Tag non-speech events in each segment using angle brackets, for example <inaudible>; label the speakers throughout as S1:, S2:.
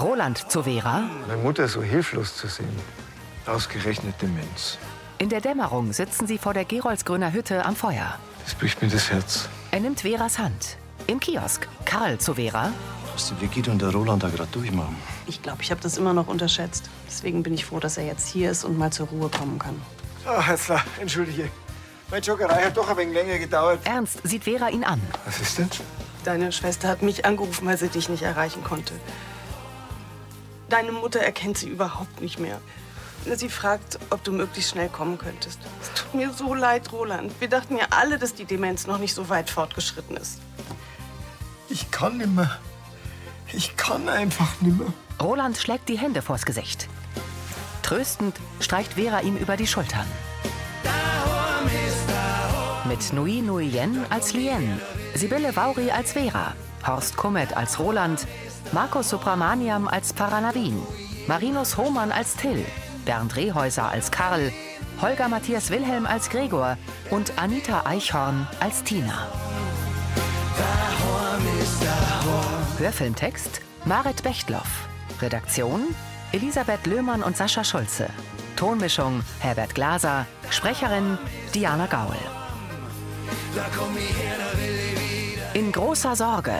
S1: Roland zu Vera.
S2: Meine Mutter so hilflos zu sehen. Ausgerechnet Demenz.
S1: In der Dämmerung sitzen sie vor der Geroldsgrüner Hütte am Feuer.
S2: Das bricht mir das Herz.
S1: Er nimmt Veras Hand. Im Kiosk. Karl zu Vera.
S3: Was die Brigitte und der Roland da gerade durchmachen.
S4: Ich glaube, ich habe das immer noch unterschätzt. Deswegen bin ich froh, dass er jetzt hier ist und mal zur Ruhe kommen kann.
S2: Ah, Herzler, entschuldige. Meine Joggerei hat doch ein wenig länger gedauert.
S1: Ernst sieht Vera ihn an.
S2: Was ist denn?
S4: Deine Schwester hat mich angerufen, weil sie dich nicht erreichen konnte. Deine Mutter erkennt sie überhaupt nicht mehr. Sie fragt, ob du möglichst schnell kommen könntest. Es tut mir so leid, Roland. Wir dachten ja alle, dass die Demenz noch nicht so weit fortgeschritten ist.
S2: Ich kann nimmer. Ich kann einfach nimmer.
S1: Roland schlägt die Hände vors Gesicht. Tröstend streicht Vera ihm über die Schultern. Mit Nui Nuyen als Lien, Sibylle Vauri als Vera, Horst Kummet als Roland, Markus Supramaniam als Paranavin, Marinus Hohmann als Till, Bernd Rehäuser als Karl, Holger Matthias Wilhelm als Gregor und Anita Eichhorn als Tina. Hörfilmtext Marit Bechtloff. Redaktion Elisabeth Löhmann und Sascha Schulze. Tonmischung Herbert Glaser. Sprecherin Diana Gaul. In großer Sorge.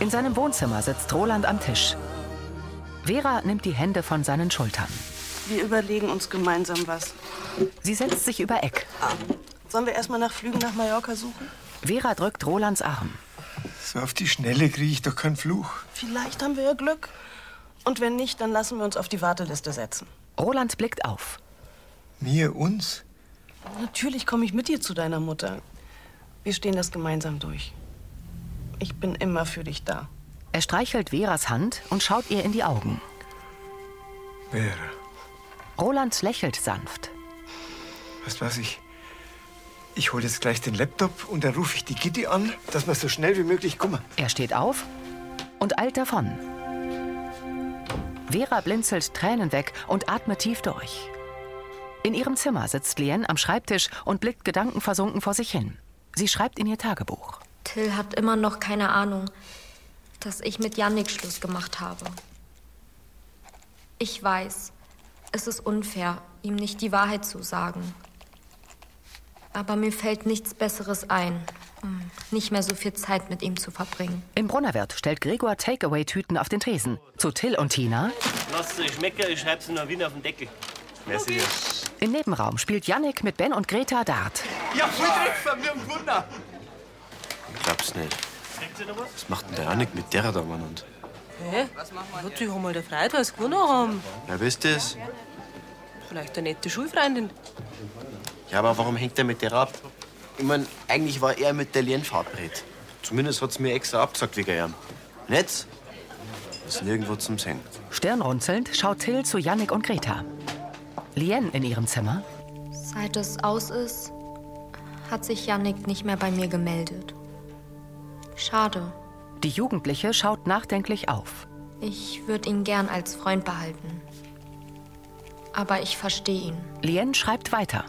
S1: In seinem Wohnzimmer sitzt Roland am Tisch. Vera nimmt die Hände von seinen Schultern.
S4: Wir überlegen uns gemeinsam was. Ah.
S1: Sie setzt sich über Eck.
S4: Sollen wir erstmal nach Flügen nach Mallorca suchen?
S1: Vera drückt Rolands Arm.
S2: So auf die Schnelle kriege ich doch keinen Fluch.
S4: Vielleicht haben wir ja Glück. Und wenn nicht, dann lassen wir uns auf die Warteliste setzen.
S1: Roland blickt auf.
S2: Mir, uns?
S4: Natürlich komme ich mit dir zu deiner Mutter. Wir stehen das gemeinsam durch. Ich bin immer für dich da.
S1: Er streichelt Veras Hand und schaut ihr in die Augen.
S2: Vera,
S1: Roland lächelt sanft.
S2: weißt du was ich? Ich hole jetzt gleich den Laptop und dann rufe ich die Gitti an, dass wir so schnell wie möglich kommen.
S1: Er steht auf und eilt davon. Vera blinzelt Tränen weg und atmet tief durch. In ihrem Zimmer sitzt Lien am Schreibtisch und blickt gedankenversunken vor sich hin. Sie schreibt in ihr Tagebuch.
S5: Till hat immer noch keine Ahnung, dass ich mit Yannick Schluss gemacht habe. Ich weiß, es ist unfair, ihm nicht die Wahrheit zu sagen. Aber mir fällt nichts Besseres ein, um nicht mehr so viel Zeit mit ihm zu verbringen.
S1: Im Brunnerwirt stellt Gregor Takeaway-Tüten auf den Tresen. Zu Till und Tina.
S6: Lasst es schmecken, ich schreib's in der Wien auf den Deckel. Merci.
S1: Im Nebenraum spielt Yannick mit Ben und Greta Dart.
S7: Ja, Volltreffer, wir haben Wunder.
S3: Ich glaub's nicht.
S6: Schmeckt ihr noch was?
S3: Was macht denn der Janik mit der da, Mann? Und
S8: Hä? Hat sich einmal der Freitags gewonnen haben.
S3: wer ist das?
S8: Vielleicht eine nette Schulfreundin.
S3: Ja, aber warum hängt er mit der ab? Ich mein, eigentlich war er mit der Lien verabredet. Zumindest hat's mir extra abgesagt wegen ihm. Und jetzt ist nirgendwo zum Sehen.
S1: Stirnrunzelnd schaut Till zu Yannick und Greta. Lien in ihrem Zimmer.
S5: Seit es aus ist, hat sich Yannick nicht mehr bei mir gemeldet. Schade,
S1: Die Jugendliche schaut nachdenklich auf.
S5: ich würde ihn gern als Freund behalten. Aber ich verstehe ihn.
S1: Lien schreibt weiter.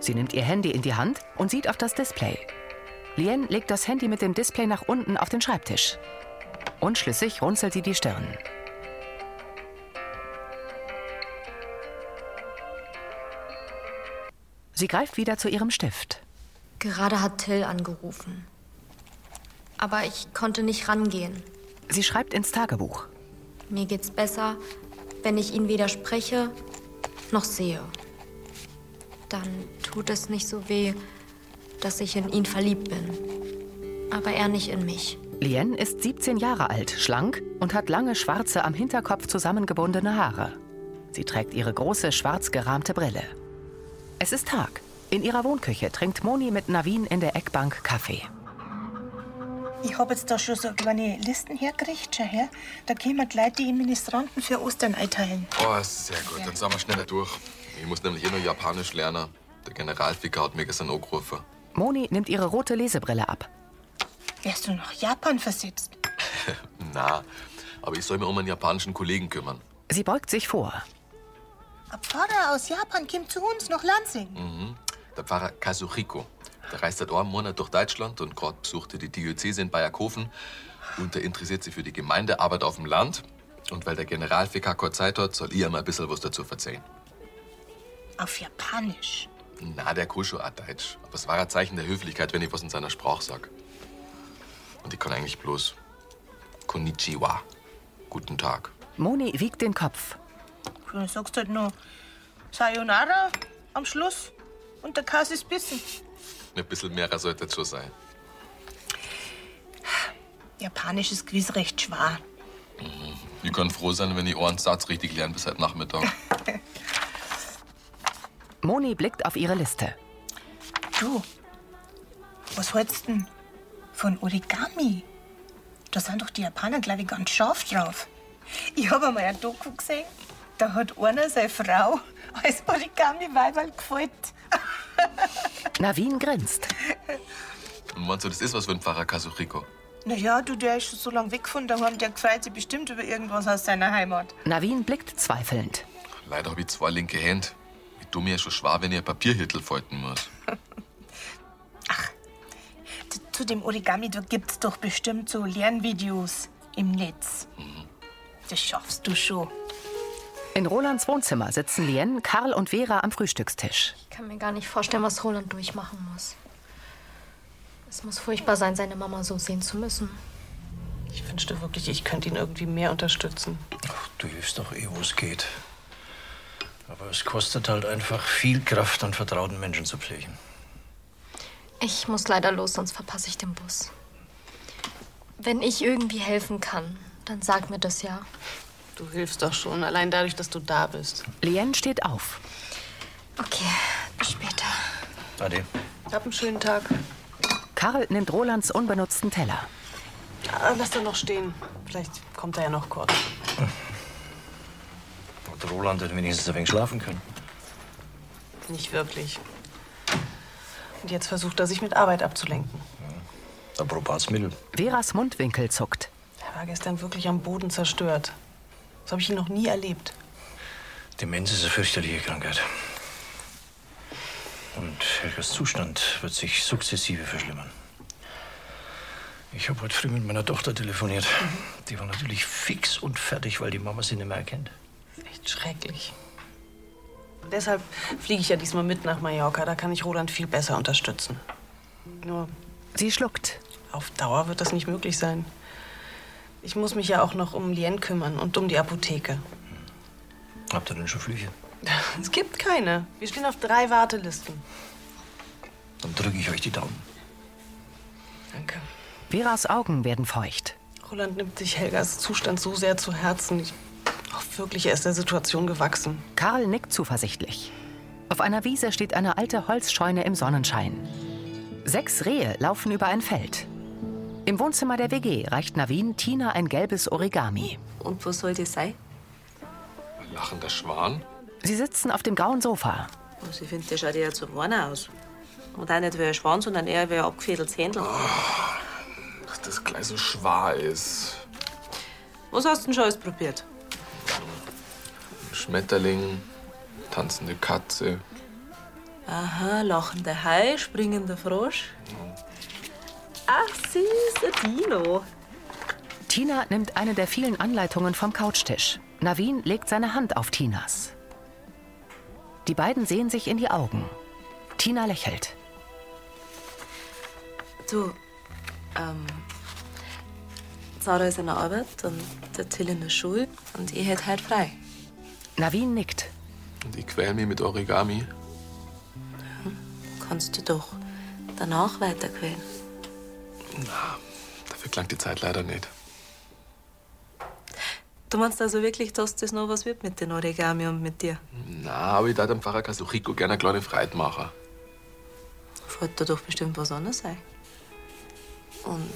S1: Sie nimmt ihr Handy in die Hand und sieht auf das Display. Lien legt das Handy mit dem Display nach unten auf den Schreibtisch. Unschlüssig runzelt sie die Stirn. Sie greift wieder zu ihrem Stift.
S5: Gerade hat Till angerufen. Aber ich konnte nicht rangehen.
S1: Sie schreibt ins Tagebuch.
S5: Mir geht's besser, wenn ich ihn weder spreche noch sehe. Dann tut es nicht so weh, dass ich in ihn verliebt bin. Aber er nicht in mich.
S1: Lien ist 17 Jahre alt, schlank und hat lange schwarze, am Hinterkopf zusammengebundene Haare. Sie trägt ihre große, schwarz gerahmte Brille. Es ist Tag. In ihrer Wohnküche trinkt Moni mit Navin in der Eckbank Kaffee.
S9: Ich hab jetzt da schon so kleine Listen hergekriegt, schau her. Da können wir gleich die Ministranten für Ostern einteilen.
S7: Oh, sehr gut. Dann sind wir schneller durch. Ich muss nämlich eh noch Japanisch lernen. Der Generalvikar hat mir gestern angerufen.
S1: Moni nimmt ihre rote Lesebrille ab.
S9: Wärst du nach Japan versetzt?
S7: Na, aber ich soll mich um einen japanischen Kollegen kümmern.
S1: Sie beugt sich vor.
S9: Ein Pfarrer aus Japan kommt zu uns nach Lansing.
S7: Der Pfarrer Kazuhiko. Da reist er einen Monat durch Deutschland und gerade besucht er die Diözese in Bayerkofen. Und er interessiert sich für die Gemeindearbeit auf dem Land. Und weil der Generalvikar keine Zeit hat, soll ich ihm ein bisschen was dazu erzählen.
S9: Auf Japanisch.
S7: Na, der kann schon auch Deutsch. Aber es war ein Zeichen der Höflichkeit, wenn ich was in seiner Sprache sag. Und ich kann eigentlich bloß Konnichiwa. Guten Tag.
S1: Moni wiegt den Kopf.
S9: Dann sagst halt nur Sayonara am Schluss und der Kass ist bissen.
S7: Ein bisschen mehr sollte es schon sein.
S9: Japanisch ist gewiss recht schwer.
S7: Ich kann froh sein, wenn ich einen Satz richtig lerne bis heute Nachmittag. <laughs>
S1: Moni blickt auf ihre Liste.
S9: Du, was hältst denn von Origami? Da sind doch die Japaner, glaube ich, ganz scharf drauf. Ich habe einmal ein Doku gesehen, da hat einer seine Frau <laughs> als Origami-Weiberl gefällt.
S1: Navin grinst.
S7: Und meinst du, das ist was für ein Pfarrer Kasuriko?
S9: Naja, du, der ist schon so lange weg von daheim, der freut sich bestimmt über irgendwas aus seiner Heimat.
S1: Navin blickt zweifelnd.
S7: Leider habe ich zwei linke Hände. Ich tu mir ja schon schwer, wenn ich ein Papierhüttel falten muss.
S9: Zu, zu dem Origami, da gibt's doch bestimmt so Lernvideos im Netz.
S4: Mhm.
S9: Das schaffst du schon.
S1: In Rolands Wohnzimmer sitzen Lien, Karl und Vera am Frühstückstisch.
S5: Ich kann mir gar nicht vorstellen, was Roland durchmachen muss. Es muss furchtbar sein, seine Mama so sehen zu müssen.
S4: Ich wünschte wirklich, ich könnte ihn irgendwie mehr unterstützen.
S10: Du hilfst doch eh, wo es geht. Aber es kostet halt einfach viel Kraft, einen vertrauten Menschen zu pflegen.
S5: Ich muss leider los, sonst verpasse ich den Bus. Wenn ich irgendwie helfen kann, dann sag mir das ja.
S4: Du hilfst doch schon, allein dadurch, dass du da bist.
S1: Lien steht auf.
S5: Okay, bis später.
S10: Ade.
S4: Hab einen schönen Tag.
S1: Karl nimmt Rolands unbenutzten Teller.
S4: Ah, Lass doch noch stehen. Vielleicht kommt er ja noch kurz.
S10: Hat Roland denn wenigstens ein wenig schlafen können?
S4: Nicht wirklich. Und jetzt versucht er, sich mit Arbeit abzulenken.
S10: Ein Probatsmittel.
S1: Veras Mundwinkel zuckt.
S4: Er war gestern wirklich am Boden zerstört. Das habe ich ihn noch nie erlebt.
S10: Demenz ist eine fürchterliche Krankheit. Und Helgas Zustand wird sich sukzessive verschlimmern. Ich habe heute früh mit meiner Tochter telefoniert.
S2: Mhm.
S10: Die war natürlich fix und fertig, weil die Mama sie nicht mehr erkennt.
S4: Echt schrecklich. Deshalb fliege ich ja diesmal mit nach Mallorca. Da kann ich Roland viel besser unterstützen. Nur
S1: Sie schluckt.
S4: auf Dauer wird das nicht möglich sein. Ich muss mich ja auch noch um Lien kümmern und um die Apotheke. <laughs>
S10: Habt ihr denn schon Flüche?
S4: Es gibt keine. Wir stehen auf drei Wartelisten.
S10: Dann drücke ich euch die Daumen.
S4: Danke.
S1: Veras Augen werden feucht.
S4: Roland nimmt sich Helgas Zustand so sehr zu Herzen. Ich hoffe wirklich, er ist der Situation gewachsen.
S1: Karl nickt zuversichtlich. Auf einer Wiese steht eine alte Holzscheune im Sonnenschein. Sechs Rehe laufen über ein Feld. Im Wohnzimmer der WG reicht Navin Tina ein gelbes Origami.
S11: Und wo soll das sein?
S7: Ein lachender Schwan?
S1: Sie sitzen auf dem grauen Sofa.
S11: Also ich finde, der schaut eher zum Warner aus. Und auch nicht wie ein Schwan, sondern eher wie ein abgefädeltes Händel.
S7: Ach, das gleich so schwer ist.
S11: Was hast du denn schon alles probiert?
S7: Schmetterling, tanzende Katze.
S11: Aha, lachender Hai, springender Frosch. Ach, süß, ein Dino.
S1: Tina nimmt eine der vielen Anleitungen vom Couchtisch. Navin legt seine Hand auf Tinas. Die beiden sehen sich in die Augen. Tina lächelt.
S11: Du, ähm, Sarah ist in der Arbeit und der Till in der Schule und ich hätte halt frei.
S1: Navin nickt.
S7: Und ich quäl mich mit Origami.
S11: Kannst du doch danach weiterquälen.
S7: Dafür klang die Zeit leider nicht.
S11: Du meinst also wirklich, dass das noch was wird mit den Origami und mit dir?
S7: Na, aber ich darf dem Pfarrer Kasuriko gerne eine kleine Freiheit machen.
S11: Fällt da doch bestimmt was anderes sein. Und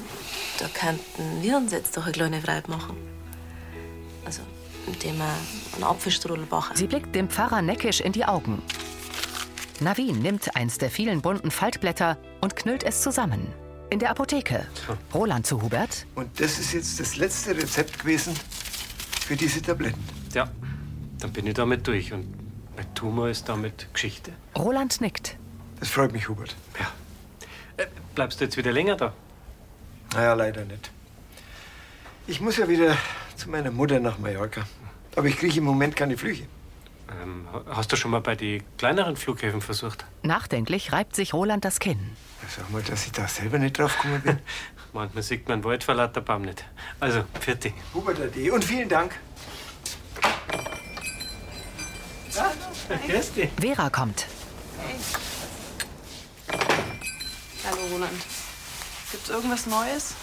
S11: da könnten wir uns jetzt doch eine kleine Freude machen. Also, indem wir einen Apfelstrudel machen.
S1: Sie blickt dem Pfarrer neckisch in die Augen. Navin nimmt eins der vielen bunten Faltblätter und knüllt es zusammen. In der Apotheke. Roland zu Hubert.
S2: Und das ist jetzt das letzte Rezept gewesen für diese Tabletten.
S12: Ja, dann bin ich damit durch und mein Tumor ist damit Geschichte.
S1: Roland nickt.
S2: Das freut mich, Hubert.
S12: Ja. Bleibst du jetzt wieder länger da?
S2: Naja, leider nicht. Ich muss ja wieder zu meiner Mutter nach Mallorca. Aber ich kriege im Moment keine Flüche.
S12: Ähm, hast du schon mal bei den kleineren Flughäfen versucht?
S1: Nachdenklich reibt sich Roland das Kinn.
S2: Sag mal, dass ich da selber nicht drauf gekommen bin.
S12: Manchmal sieht man Wald vor lauter Baum nicht. Also, fertig.
S2: Hubert Ade, und vielen Dank.
S12: Grüß dich.
S1: Vera kommt.
S4: Hallo, Roland. Gibt's irgendwas Neues?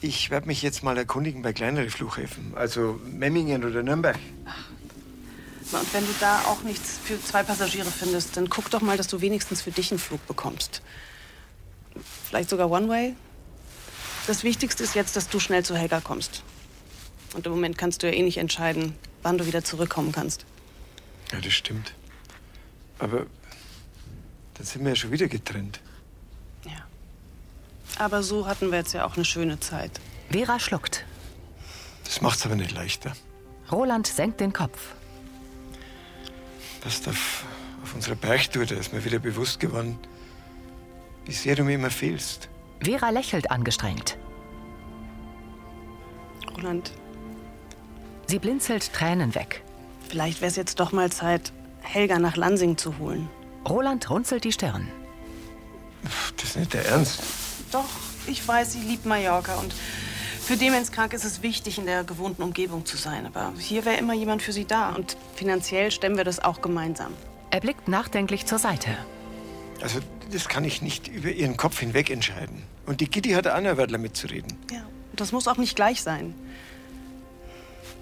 S2: Ich werde mich jetzt mal erkundigen bei kleineren Flughäfen. Also Memmingen oder Nürnberg.
S4: Na, Und wenn du da auch nichts für zwei Passagiere findest, dann guck doch mal, dass du wenigstens für dich einen Flug bekommst. Vielleicht sogar One-Way. Das Wichtigste ist jetzt, dass du schnell zu Helga kommst. Und im Moment kannst du ja eh nicht entscheiden, wann du wieder zurückkommen kannst.
S2: Ja, das stimmt. Aber dann sind wir ja schon wieder getrennt.
S4: Aber so hatten wir jetzt ja auch eine schöne Zeit.
S1: Vera schluckt.
S2: Das macht's aber nicht leichter.
S1: Roland senkt den Kopf.
S2: Das auf, auf unserer Bergtour, da ist mir wieder bewusst geworden, wie sehr du mir immer fehlst.
S1: Vera lächelt angestrengt.
S4: Roland,
S1: Sie blinzelt Tränen weg.
S4: vielleicht wäre es jetzt doch mal Zeit, Helga nach Lansing zu holen.
S1: Roland runzelt die Stirn.
S2: Das ist nicht der Ernst.
S4: Doch, ich weiß, sie liebt Mallorca und für demenzkrank ist es wichtig, in der gewohnten Umgebung zu sein. Aber hier wäre immer jemand für sie da und finanziell stemmen wir das auch gemeinsam.
S1: Er blickt nachdenklich zur Seite.
S2: Also, das kann ich nicht über ihren Kopf hinweg entscheiden. Und die Gitti hatte Anna-Wörtler mitzureden.
S4: Und das muss auch nicht gleich sein.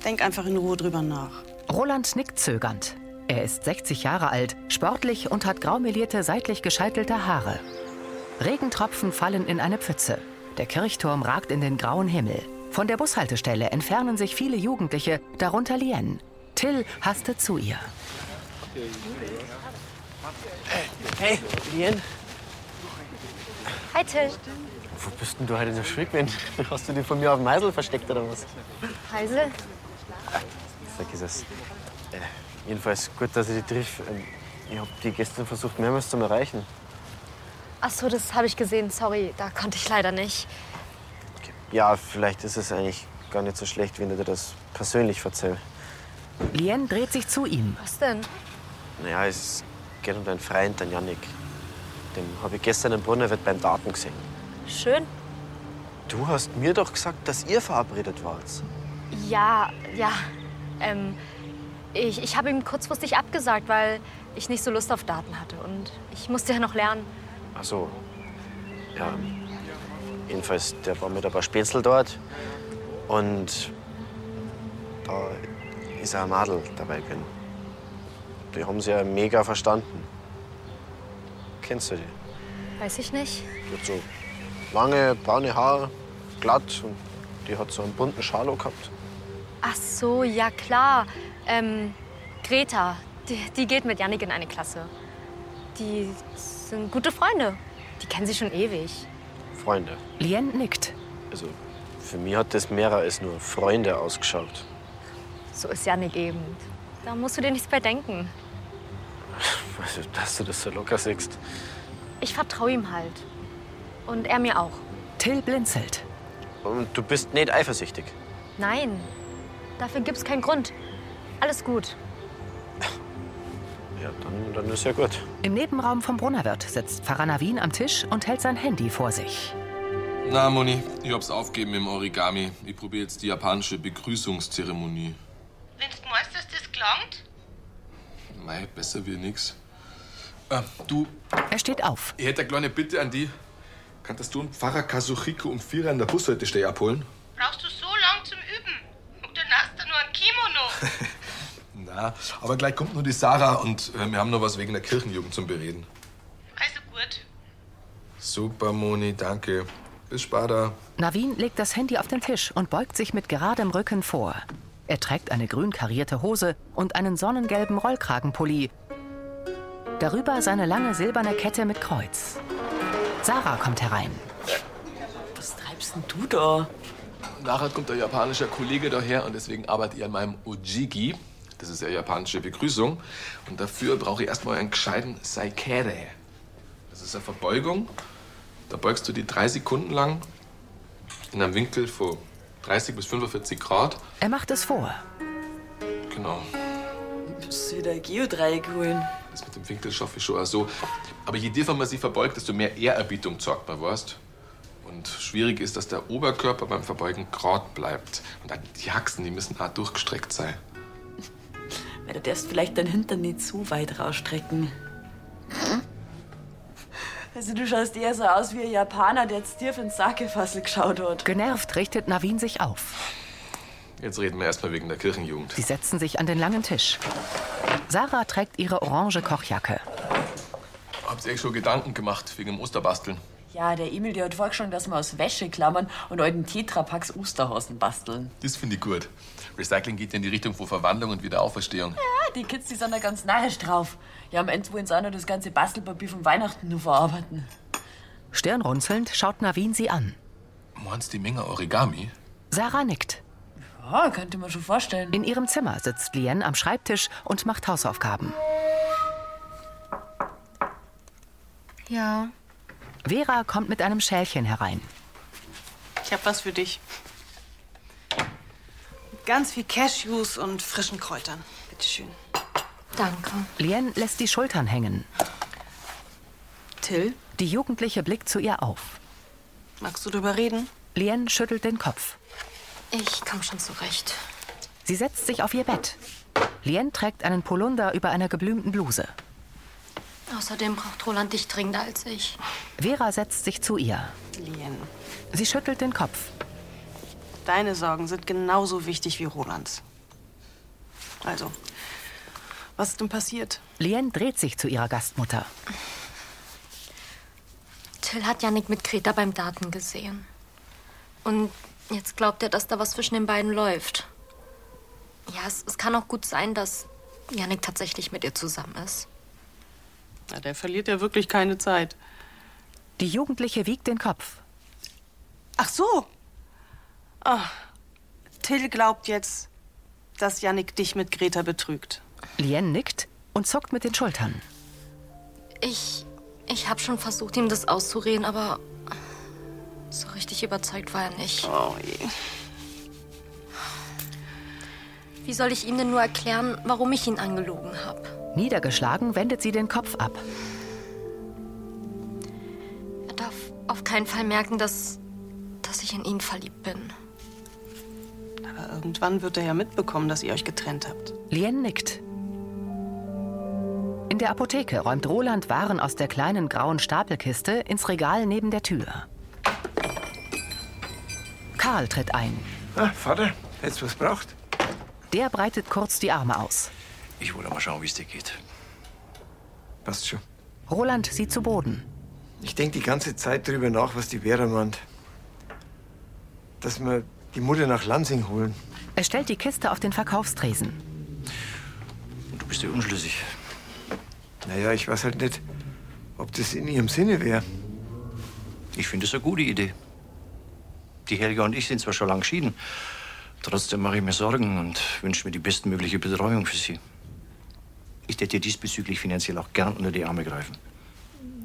S4: Denk einfach in Ruhe drüber nach.
S1: Roland nickt zögernd. Er ist 60 Jahre alt, sportlich und hat graumelierte, seitlich gescheitelte Haare. Regentropfen fallen in eine Pfütze. Der Kirchturm ragt in den grauen Himmel. Von der Bushaltestelle entfernen sich viele Jugendliche, darunter Lien. Till hastet zu ihr.
S12: Hey, Lien.
S13: Hi Till.
S3: Wo bist denn du heute so schräg, Mensch? <laughs> Hast du die von mir auf dem Heisel versteckt oder was?
S13: Heise.
S3: Sag ich das. Äh, jedenfalls gut, dass ich dich triff. Ähm, ich hab die gestern versucht, mehrmals zu erreichen.
S13: Ach so, das habe ich gesehen. Sorry, da konnte ich leider nicht.
S3: Ja, vielleicht ist es eigentlich gar nicht so schlecht, wenn du dir das persönlich verzeihst.
S1: Lien dreht sich zu ihm.
S13: Was denn?
S3: Naja, es geht um deinen Freund, den Jannik. Den habe ich gestern im Brunnerwirt beim Daten gesehen.
S13: Schön.
S3: Du hast mir doch gesagt, dass ihr verabredet wart.
S13: Ja, ja. Ähm, ich ich habe ihm kurzfristig abgesagt, weil ich nicht so Lust auf Daten hatte. Und ich musste ja noch lernen.
S3: Ach so. Ja. Jedenfalls, der war mit ein paar Spätzl dort. Und da ist ein Madel dabei gewesen. Die haben sie ja mega verstanden. Kennst du die?
S13: Weiß ich nicht.
S3: Die hat so lange, braune Haare, glatt. Und die hat so einen bunten Schalo gehabt.
S13: Ach so, ja klar. Ähm, Greta, die, die geht mit Janik in eine Klasse. Die sind gute Freunde. Die kennen sie schon ewig.
S3: Freunde.
S1: Lien nickt.
S3: Also, für mich hat das mehrer als nur Freunde ausgeschaut.
S13: So ist Janik eben. Da musst du dir nichts bei denken.
S3: Also, dass du das so locker siehst.
S13: Ich vertraue ihm halt. Und er mir auch.
S1: Till blinzelt.
S3: Und du bist nicht eifersüchtig.
S13: Nein, dafür gibt's keinen Grund. Alles gut.
S3: Ja, dann, dann ist ja gut.
S1: Im Nebenraum vom Brunnerwirt sitzt Pfarrer Navin am Tisch und hält sein Handy vor sich.
S7: Na, Moni, ich hab's aufgeben im Origami. Ich probiere jetzt die japanische Begrüßungszeremonie.
S14: Wenn's du meinst, dass das gelangt?
S7: Mei, besser wie nix. Äh, du.
S1: Er steht auf.
S7: Ich hätte eine kleine Bitte an die. Kannst du einen Pfarrer Kasuchiko um vier an der Bushaltestelle abholen?
S14: Brauchst du so lang zum Üben? Oder hast du nur ein Kimono?
S4: <laughs>
S7: Na, aber gleich kommt nur die Sarah und äh, wir haben noch was wegen der Kirchenjugend zum Bereden.
S14: Also gut.
S7: Super, Moni, danke. Bis später.
S1: Navin legt das Handy auf den Tisch und beugt sich mit geradem Rücken vor. Er trägt eine grün karierte Hose und einen sonnengelben Rollkragenpulli. Darüber seine lange silberne Kette mit Kreuz. Sarah kommt herein.
S7: Was treibst denn du da? Nachher kommt der japanische Kollege daher und deswegen arbeite ich an meinem Ojigi. Das ist ja japanische Begrüßung. Und dafür brauche ich erstmal einen gescheiten Saikere. Das ist eine Verbeugung Da beugst du die drei Sekunden lang in einem Winkel von 30 bis 45 Grad.
S1: Er macht es vor.
S7: Genau.
S11: Du musst wieder ein Geodreieck holen.
S7: Das mit dem Winkel schaffe ich schon auch so. Aber je tiefer man sie verbeugt, desto mehr Ehrerbietung zeigt man, weißt Und schwierig ist, dass der Oberkörper beim Verbeugen gerade bleibt. Und dann die Haxen, die müssen auch durchgestreckt sein.
S11: Weil du darfst vielleicht deinen Hintern nicht so weit rausstrecken. Hm? Also du schaust eher so aus wie ein Japaner, der jetzt tief ins Sakefassel geschaut hat.
S1: Genervt richtet Navin sich auf.
S7: Jetzt reden wir erstmal wegen der Kirchenjugend.
S1: Sie setzen sich an den langen Tisch. Sarah trägt ihre orange Kochjacke.
S7: Habt ihr euch schon Gedanken gemacht wegen dem Osterbasteln?
S11: Ja, der Emil, der hat vorgeschlagen, dass wir aus Wäscheklammern und alten Tetrapacks Osterhosen basteln.
S7: Das finde ich gut. Recycling geht ja in die Richtung von Verwandlung und Wiederauferstehung.
S11: Ja, die Kids, die sind da ganz narrisch drauf. Ja, am Ende wollen sie auch noch das ganze Bastelpapier von Weihnachten nur verarbeiten.
S1: Stirnrunzelnd schaut Navin sie an.
S7: Meinst du die Menge Origami?
S1: Sarah nickt.
S11: Ja, könnte man schon vorstellen.
S1: In ihrem Zimmer sitzt Lien am Schreibtisch und macht Hausaufgaben.
S5: Ja.
S1: Vera kommt mit einem Schälchen herein.
S4: Ich hab was für dich. Ganz viel Cashews und frischen Kräutern. Bitteschön.
S5: Danke.
S1: Lien lässt die Schultern hängen.
S4: Till,
S1: Die Jugendliche blickt zu ihr auf.
S4: magst du drüber reden?
S1: Lien schüttelt den Kopf.
S5: Ich komm schon zurecht.
S1: Sie setzt sich auf ihr Bett. Lien trägt einen Polunder über einer geblümten Bluse.
S5: Außerdem braucht Roland dich dringender als ich.
S1: Vera setzt sich zu ihr.
S4: Lien,
S1: Sie schüttelt den Kopf.
S4: deine Sorgen sind genauso wichtig wie Rolands. Also, was ist denn passiert?
S1: Lien dreht sich zu ihrer Gastmutter.
S5: Till hat Janik mit Greta beim Daten gesehen. Und jetzt glaubt er, dass da was zwischen den beiden läuft. Ja, es, es kann auch gut sein, dass Janik tatsächlich mit ihr zusammen ist.
S4: Na, der verliert ja wirklich keine Zeit.
S1: Die Jugendliche wiegt den Kopf.
S4: Ach so. Ah, Till glaubt jetzt, dass Yannick dich mit Greta betrügt.
S1: Lien nickt und zuckt mit den Schultern.
S5: Ich, ich habe schon versucht, ihm das auszureden, aber so richtig überzeugt war er nicht.
S4: Oh je.
S5: Wie soll ich ihm denn nur erklären, warum ich ihn angelogen habe?
S1: Niedergeschlagen wendet sie den Kopf ab.
S5: Er darf auf keinen Fall merken, dass, dass ich in ihn verliebt bin.
S4: Aber irgendwann wird er ja mitbekommen, dass ihr euch getrennt habt.
S1: Lien nickt. In der Apotheke räumt Roland Waren aus der kleinen grauen Stapelkiste ins Regal neben der Tür. Karl tritt ein.
S2: Na, Ah, Vater, hättest du was braucht?
S1: Der breitet kurz die Arme aus.
S10: Ich wollte mal schauen, wie es dir geht.
S2: Passt schon.
S1: Roland sieht zu Boden.
S2: Ich denke die ganze Zeit drüber nach, was die Vera meint. Dass wir die Mutter nach Lansing holen.
S1: Er stellt die Kiste auf den Verkaufstresen.
S10: Und du bist dir unschlüssig.
S2: Naja, ich weiß halt nicht, ob das in ihrem Sinne wäre.
S10: Ich finde es eine gute Idee. Die Helga und ich sind zwar schon lang geschieden, trotzdem mache ich mir Sorgen und wünsche mir die bestmögliche Betreuung für sie. Ich hätte dir diesbezüglich finanziell auch gern unter die Arme greifen.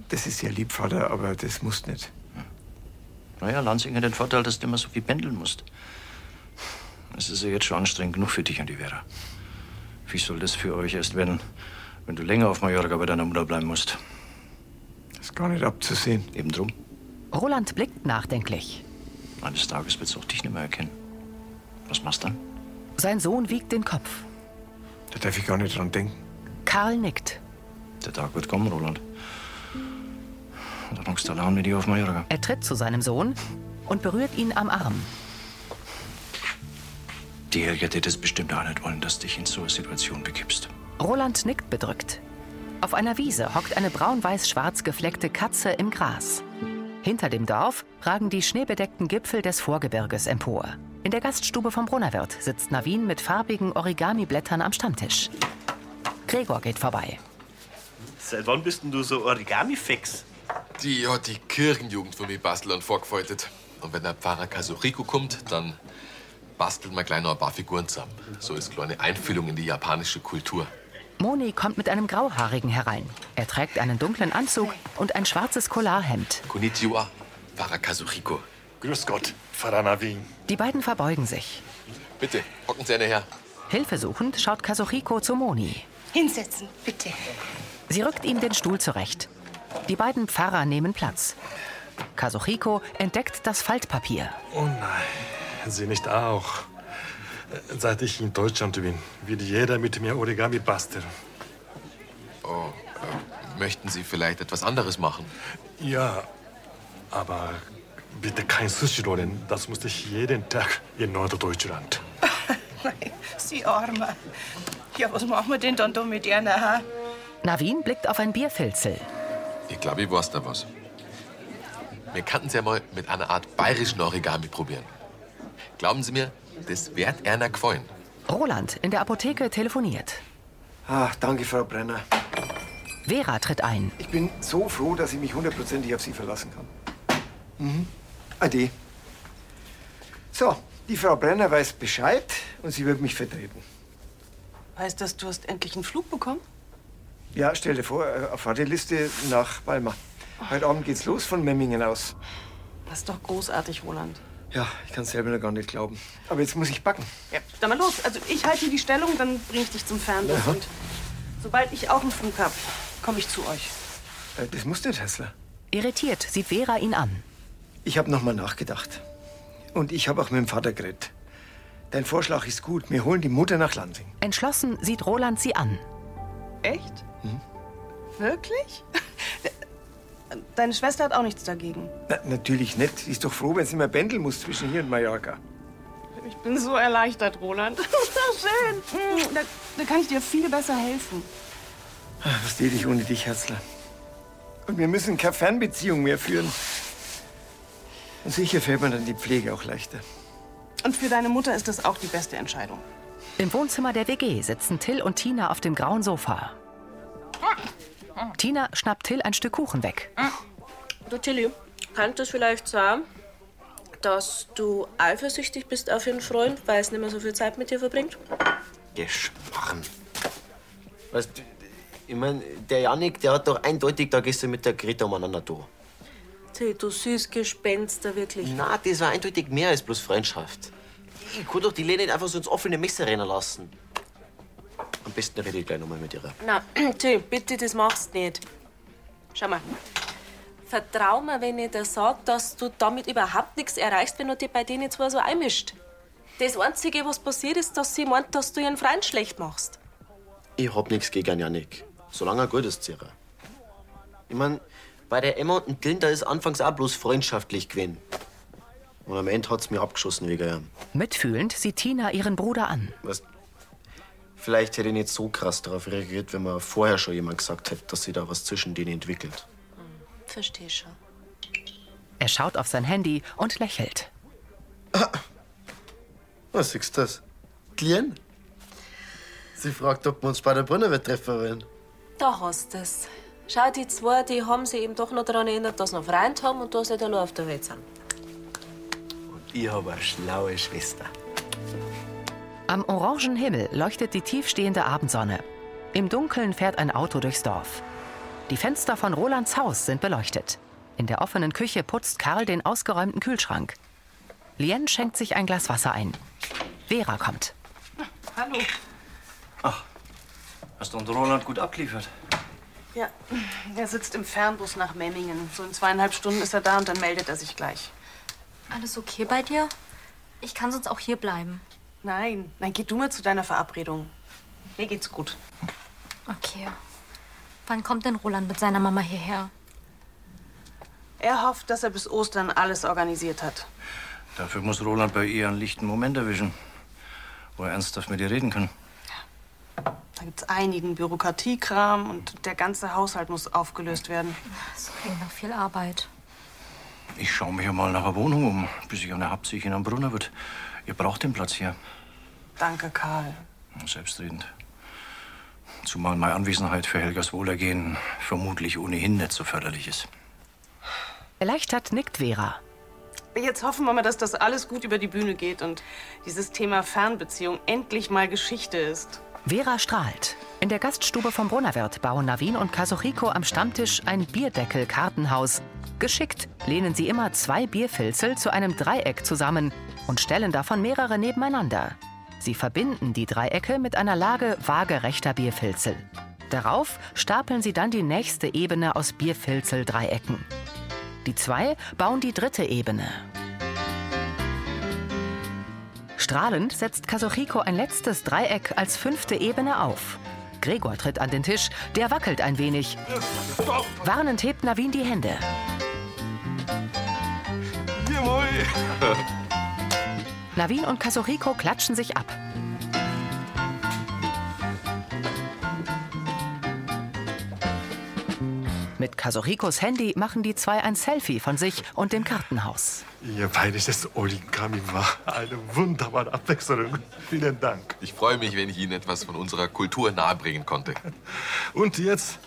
S2: Das ist ja lieb, Vater, aber das muss nicht.
S10: Naja, Lansing hat den Vorteil, dass du immer so viel pendeln musst. Es ist ja jetzt schon anstrengend genug für dich und die Vera. Wie soll das für euch erst werden, wenn du länger auf Mallorca bei deiner Mutter bleiben musst?
S2: Das ist gar nicht abzusehen.
S10: Eben drum.
S1: Roland blickt nachdenklich.
S10: Eines Tages wird sie auch dich nicht mehr erkennen. Was machst du dann?
S1: Sein Sohn wiegt den Kopf.
S2: Da darf ich gar nicht dran denken.
S1: Karl nickt.
S10: Der Tag wird kommen, Roland. Und dann hockst du allein mit dir auf Mallorca.
S1: Er tritt zu seinem Sohn und berührt ihn am Arm.
S10: Die Helga hätte das bestimmt auch nicht wollen, dass du dich in so eine Situation begibst.
S1: Roland nickt bedrückt. Auf einer Wiese hockt eine braun-weiß-schwarz gefleckte Katze im Gras. Hinter dem Dorf ragen die schneebedeckten Gipfel des Vorgebirges empor. In der Gaststube vom Brunnerwirt sitzt Navin mit farbigen Origami-Blättern am Stammtisch. Gregor geht vorbei.
S6: Seit wann bist denn du so Origami-Fex?
S7: Die hat die Kirchenjugend von mir Bastelern vorgefaltet. Und wenn der Pfarrer Kasuriko kommt, dann basteln wir gleich noch ein paar Figuren zusammen. So als kleine Einfühlung in die japanische Kultur.
S1: Moni kommt mit einem Grauhaarigen herein. Er trägt einen dunklen Anzug und ein schwarzes Collarhemd.
S15: Konnichiwa, Barakazuchiko. Grüß Gott, Faranavin.
S1: Die beiden verbeugen sich.
S7: Bitte, hocken Sie eine her.
S1: Hilfesuchend schaut Kazuchiko zu Moni.
S9: Hinsetzen, bitte.
S1: Sie rückt ihm den Stuhl zurecht. Die beiden Pfarrer nehmen Platz. Kazuchiko entdeckt das Faltpapier.
S15: Oh nein, Sie nicht auch. Seit ich in Deutschland bin, will jeder mit mir Origami basteln.
S7: Oh, äh, möchten Sie vielleicht etwas anderes machen?
S15: Ja, aber bitte kein Sushi-Rollen. Das musste ich jeden Tag in Norddeutschland.
S9: Sie Arme. Ja, was machen wir denn dann da mit ihr? Ha?
S1: Navin blickt auf ein Bierfilzel.
S7: Ich glaube, ich weiß da was. Wir könnten es ja mal mit einer Art bayerischen Origami probieren. Glauben Sie mir, das wird einer gefallen.
S1: Roland in der Apotheke telefoniert.
S2: Ach, danke, Frau Brenner.
S1: Vera tritt ein.
S2: Ich bin so froh, dass ich mich hundertprozentig auf Sie verlassen kann. Mhm. Ade. So, die Frau Brenner weiß Bescheid und sie wird mich vertreten.
S4: Weißt du, du hast endlich einen Flug bekommen?
S2: Ja, stell dir vor, äh, auf Warteliste nach Palma. Heute Abend geht's los von Memmingen aus.
S4: Das ist doch großartig, Roland.
S2: Ja, ich kann selber noch gar nicht glauben. Aber jetzt muss ich backen.
S4: Ja, dann mal los. Also ich halte hier die Stellung, dann bringe ich dich zum Fernbus.
S2: Ja.
S4: Und sobald ich auch einen Flug habe, komme ich zu euch.
S2: Äh, Das muss der Tesla.
S1: Irritiert sieht Vera ihn an.
S2: Ich habe nochmal nachgedacht. Und ich habe auch mit dem Vater geredet. Dein Vorschlag ist gut. Wir holen die Mutter nach Lansing.
S1: Entschlossen sieht Roland sie an.
S4: Echt?
S2: Mhm.
S4: Wirklich? <laughs> Deine Schwester hat auch nichts dagegen.
S2: Na, natürlich nicht. Sie ist doch froh, wenn sie mehr pendeln muss zwischen hier und Mallorca.
S4: Ich bin so erleichtert, Roland. <laughs> Das ist doch
S2: Mhm.
S4: schön. Mm, Da, da kann ich dir viel besser helfen.
S2: Ach, Verstehe Ah, dich ohne dich, Herzler. Und wir müssen keine Fernbeziehung mehr führen. Und sicher fällt mir dann die Pflege auch leichter.
S4: Und für deine Mutter ist das auch die beste Entscheidung.
S1: Im Wohnzimmer der WG sitzen Till und Tina auf dem grauen Sofa. Tina schnappt Till ein Stück Kuchen weg.
S16: Mm. Du Tilly, kann das vielleicht sein, dass du eifersüchtig bist auf ihren Freund, weil es nicht mehr so viel Zeit mit dir verbringt?
S3: Geschmarren. Weißt du, ich mein, der Janik, der hat doch eindeutig da gestern mit der Greta umeinander da.
S16: Tilly, du süß Gespenster, wirklich.
S3: Na, das war eindeutig mehr als bloß Freundschaft. Ich kann doch die Lene nicht einfach so ins offene Messer rennen lassen. Am besten rede ich gleich nochmal mit ihrer.
S16: Na, <clears throat> Tilly, bitte, das machst nicht. Schau mal. Vertrau mir, wenn ich dir sag, dass du damit überhaupt nichts erreichst, wenn du dich bei denen zwei so einmischt. Das Einzige, was passiert ist, dass sie meint, dass du ihren Freund schlecht machst.
S3: Ich hab nichts gegen den Janik. Solange er gut ist, Zierer. Ich mein, bei der Emma und dem Dylan, da ist anfangs auch bloß freundschaftlich gewesen. Und am Ende hat's mir abgeschossen wegen ihm.
S1: Mitfühlend sieht Tina ihren Bruder an.
S3: Weißt, vielleicht hätte ich nicht so krass darauf reagiert, wenn mir vorher schon jemand gesagt hätte, dass sich da was zwischen denen entwickelt.
S16: Versteh schon.
S1: Er schaut auf sein Handy und lächelt.
S17: Was ist das? Klien? Sie fragt, ob wir uns bei der Brunnerwehr treffen wollen.
S16: Da hast du es. Schau, die zwei, die haben sich eben doch noch daran erinnert, dass sie einen Freund haben und dass sie nicht allein auf der Welt sind.
S3: Ich hab eine schlaue Schwester.
S1: Am orangen Himmel leuchtet die tiefstehende Abendsonne. Im Dunkeln fährt ein Auto durchs Dorf. Die Fenster von Rolands Haus sind beleuchtet. In der offenen Küche putzt Karl den ausgeräumten Kühlschrank. Lien schenkt sich ein Glas Wasser ein. Vera kommt.
S4: Hallo.
S10: Hast du und Roland gut abgeliefert?
S4: Ja, er sitzt im Fernbus nach Memmingen. So in zweieinhalb Stunden ist er da und dann meldet er sich gleich.
S5: Alles okay bei dir? Ich kann sonst auch hier bleiben.
S4: Nein, nein, geh du mal zu deiner Verabredung. Mir geht's gut.
S5: Okay. Wann kommt denn Roland mit seiner Mama hierher?
S4: Er hofft, dass er bis Ostern alles organisiert hat.
S10: Dafür muss Roland bei ihr einen lichten Moment erwischen, wo er ernsthaft mit ihr reden kann.
S4: Da gibt's einigen Bürokratiekram und der ganze Haushalt muss aufgelöst werden.
S5: Das klingt nach viel Arbeit.
S10: Ich schaue mich ja mal nach einer Wohnung um, bis ich eine Hauptsicht in einem Brunner wird. Ihr braucht den Platz hier.
S4: Danke, Karl.
S10: Selbstredend. Zumal meine Anwesenheit für Helgas Wohlergehen vermutlich ohnehin nicht so förderlich ist.
S1: Erleichtert nickt Vera.
S4: Jetzt hoffen wir mal, dass das alles gut über die Bühne geht und dieses Thema Fernbeziehung endlich mal Geschichte ist.
S1: Vera strahlt. In der Gaststube vom Brunnerwirt bauen Navin und Kazuchiko am Stammtisch ein Bierdeckel-Kartenhaus. Geschickt lehnen sie immer zwei Bierfilzel zu einem Dreieck zusammen und stellen davon mehrere nebeneinander. Sie verbinden die Dreiecke mit einer Lage waagerechter Bierfilzel. Darauf stapeln sie dann die nächste Ebene aus Bierfilzel-Dreiecken. Die zwei bauen die dritte Ebene. Strahlend setzt Kazuchiko ein letztes Dreieck als fünfte Ebene auf. Gregor tritt an den Tisch, der wackelt ein wenig. Warnend hebt Navin die Hände.
S15: Jawohl!
S1: Navin und Kazuchiko klatschen sich ab. Mit Kazuchikos Handy machen die zwei ein Selfie von sich und dem Kartenhaus.
S15: <laughs> Ihr peinliches Origami war eine wunderbare Abwechslung. Vielen Dank.
S7: Ich freue mich, wenn ich Ihnen etwas von unserer Kultur nahebringen konnte.
S15: Und jetzt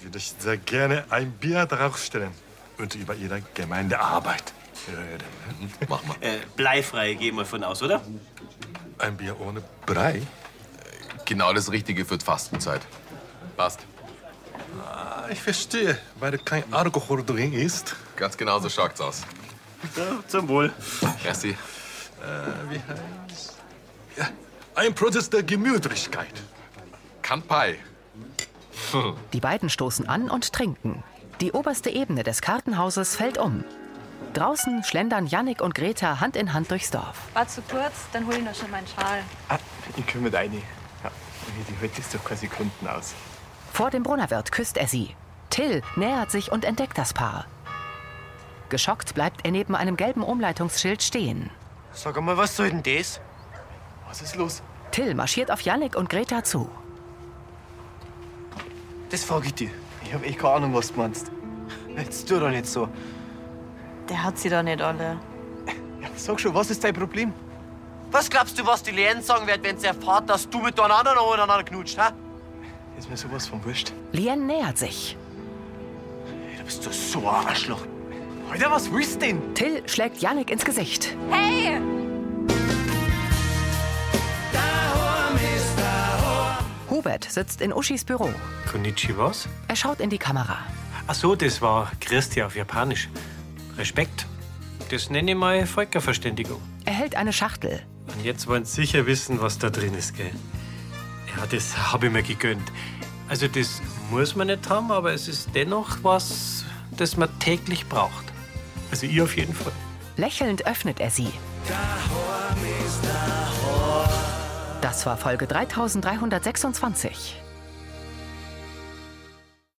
S15: würde ich sehr gerne ein Bier draufstellen und über Ihre Gemeindearbeit reden.
S7: Mhm. Mach mal.
S6: Äh, bleifrei gehen wir von aus, oder?
S15: Ein Bier ohne Brei?
S7: Genau das Richtige für die Fastenzeit. Passt.
S15: Ah, Ich verstehe, weil kein Alkohol drin ist.
S7: Ganz genau so schaut's aus.
S15: zum Wohl.
S7: Merci.
S15: Äh, wie heißt? Ja, ein Prozess der Gemütlichkeit.
S7: Kanpai.
S1: Die beiden stoßen an und trinken. Die oberste Ebene des Kartenhauses fällt um. Draußen schlendern Yannick und Greta Hand in Hand durchs Dorf.
S18: War zu kurz, dann hol ich noch schon meinen Schal.
S19: Ah, ich komme mit rein. Ja, die hält es doch keine Sekunden aus.
S1: Vor dem Brunnerwirt küsst er sie. Till nähert sich und entdeckt das Paar. Geschockt bleibt er neben einem gelben Umleitungsschild stehen.
S19: Sag mal, was soll denn das? Was ist los?
S1: Till marschiert auf Yannick und Greta zu.
S19: Das frage ich dich. Ich habe echt keine Ahnung, was du meinst. Jetzt tu doch nicht so.
S18: Der hat sie doch nicht alle.
S19: Ja, sag schon, was ist dein Problem?
S20: Was glaubst du, was die Lehren sagen wird, wenn sie erfahrt, dass du mit deinen anderen aneinander knutscht, hä?
S19: Ist mir sowas von wurscht.
S1: Lien nähert sich.
S19: Du bist doch so ein Arschloch. Alter, was willst du denn?
S1: Till schlägt Yannick ins Gesicht.
S18: Hey!
S1: Hubert sitzt in Uschis Büro.
S12: Konichi was?
S1: Er schaut in die Kamera.
S12: Ach so, das war Christi auf Japanisch. Respekt. Das nenne ich mal Völkerverständigung.
S1: Er hält eine Schachtel.
S12: Und jetzt wollen Sie sicher wissen, was da drin ist, gell? Ja, das habe ich mir gegönnt. Also, das muss man nicht haben, aber es ist dennoch was, das man täglich braucht. Also, ich auf jeden Fall.
S1: Lächelnd öffnet er sie. Das war Folge 3326.